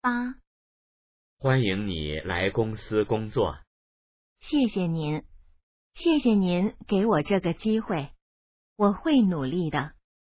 八，欢迎你来公司工作。谢谢您，谢谢您给我这个机会，我会努力的。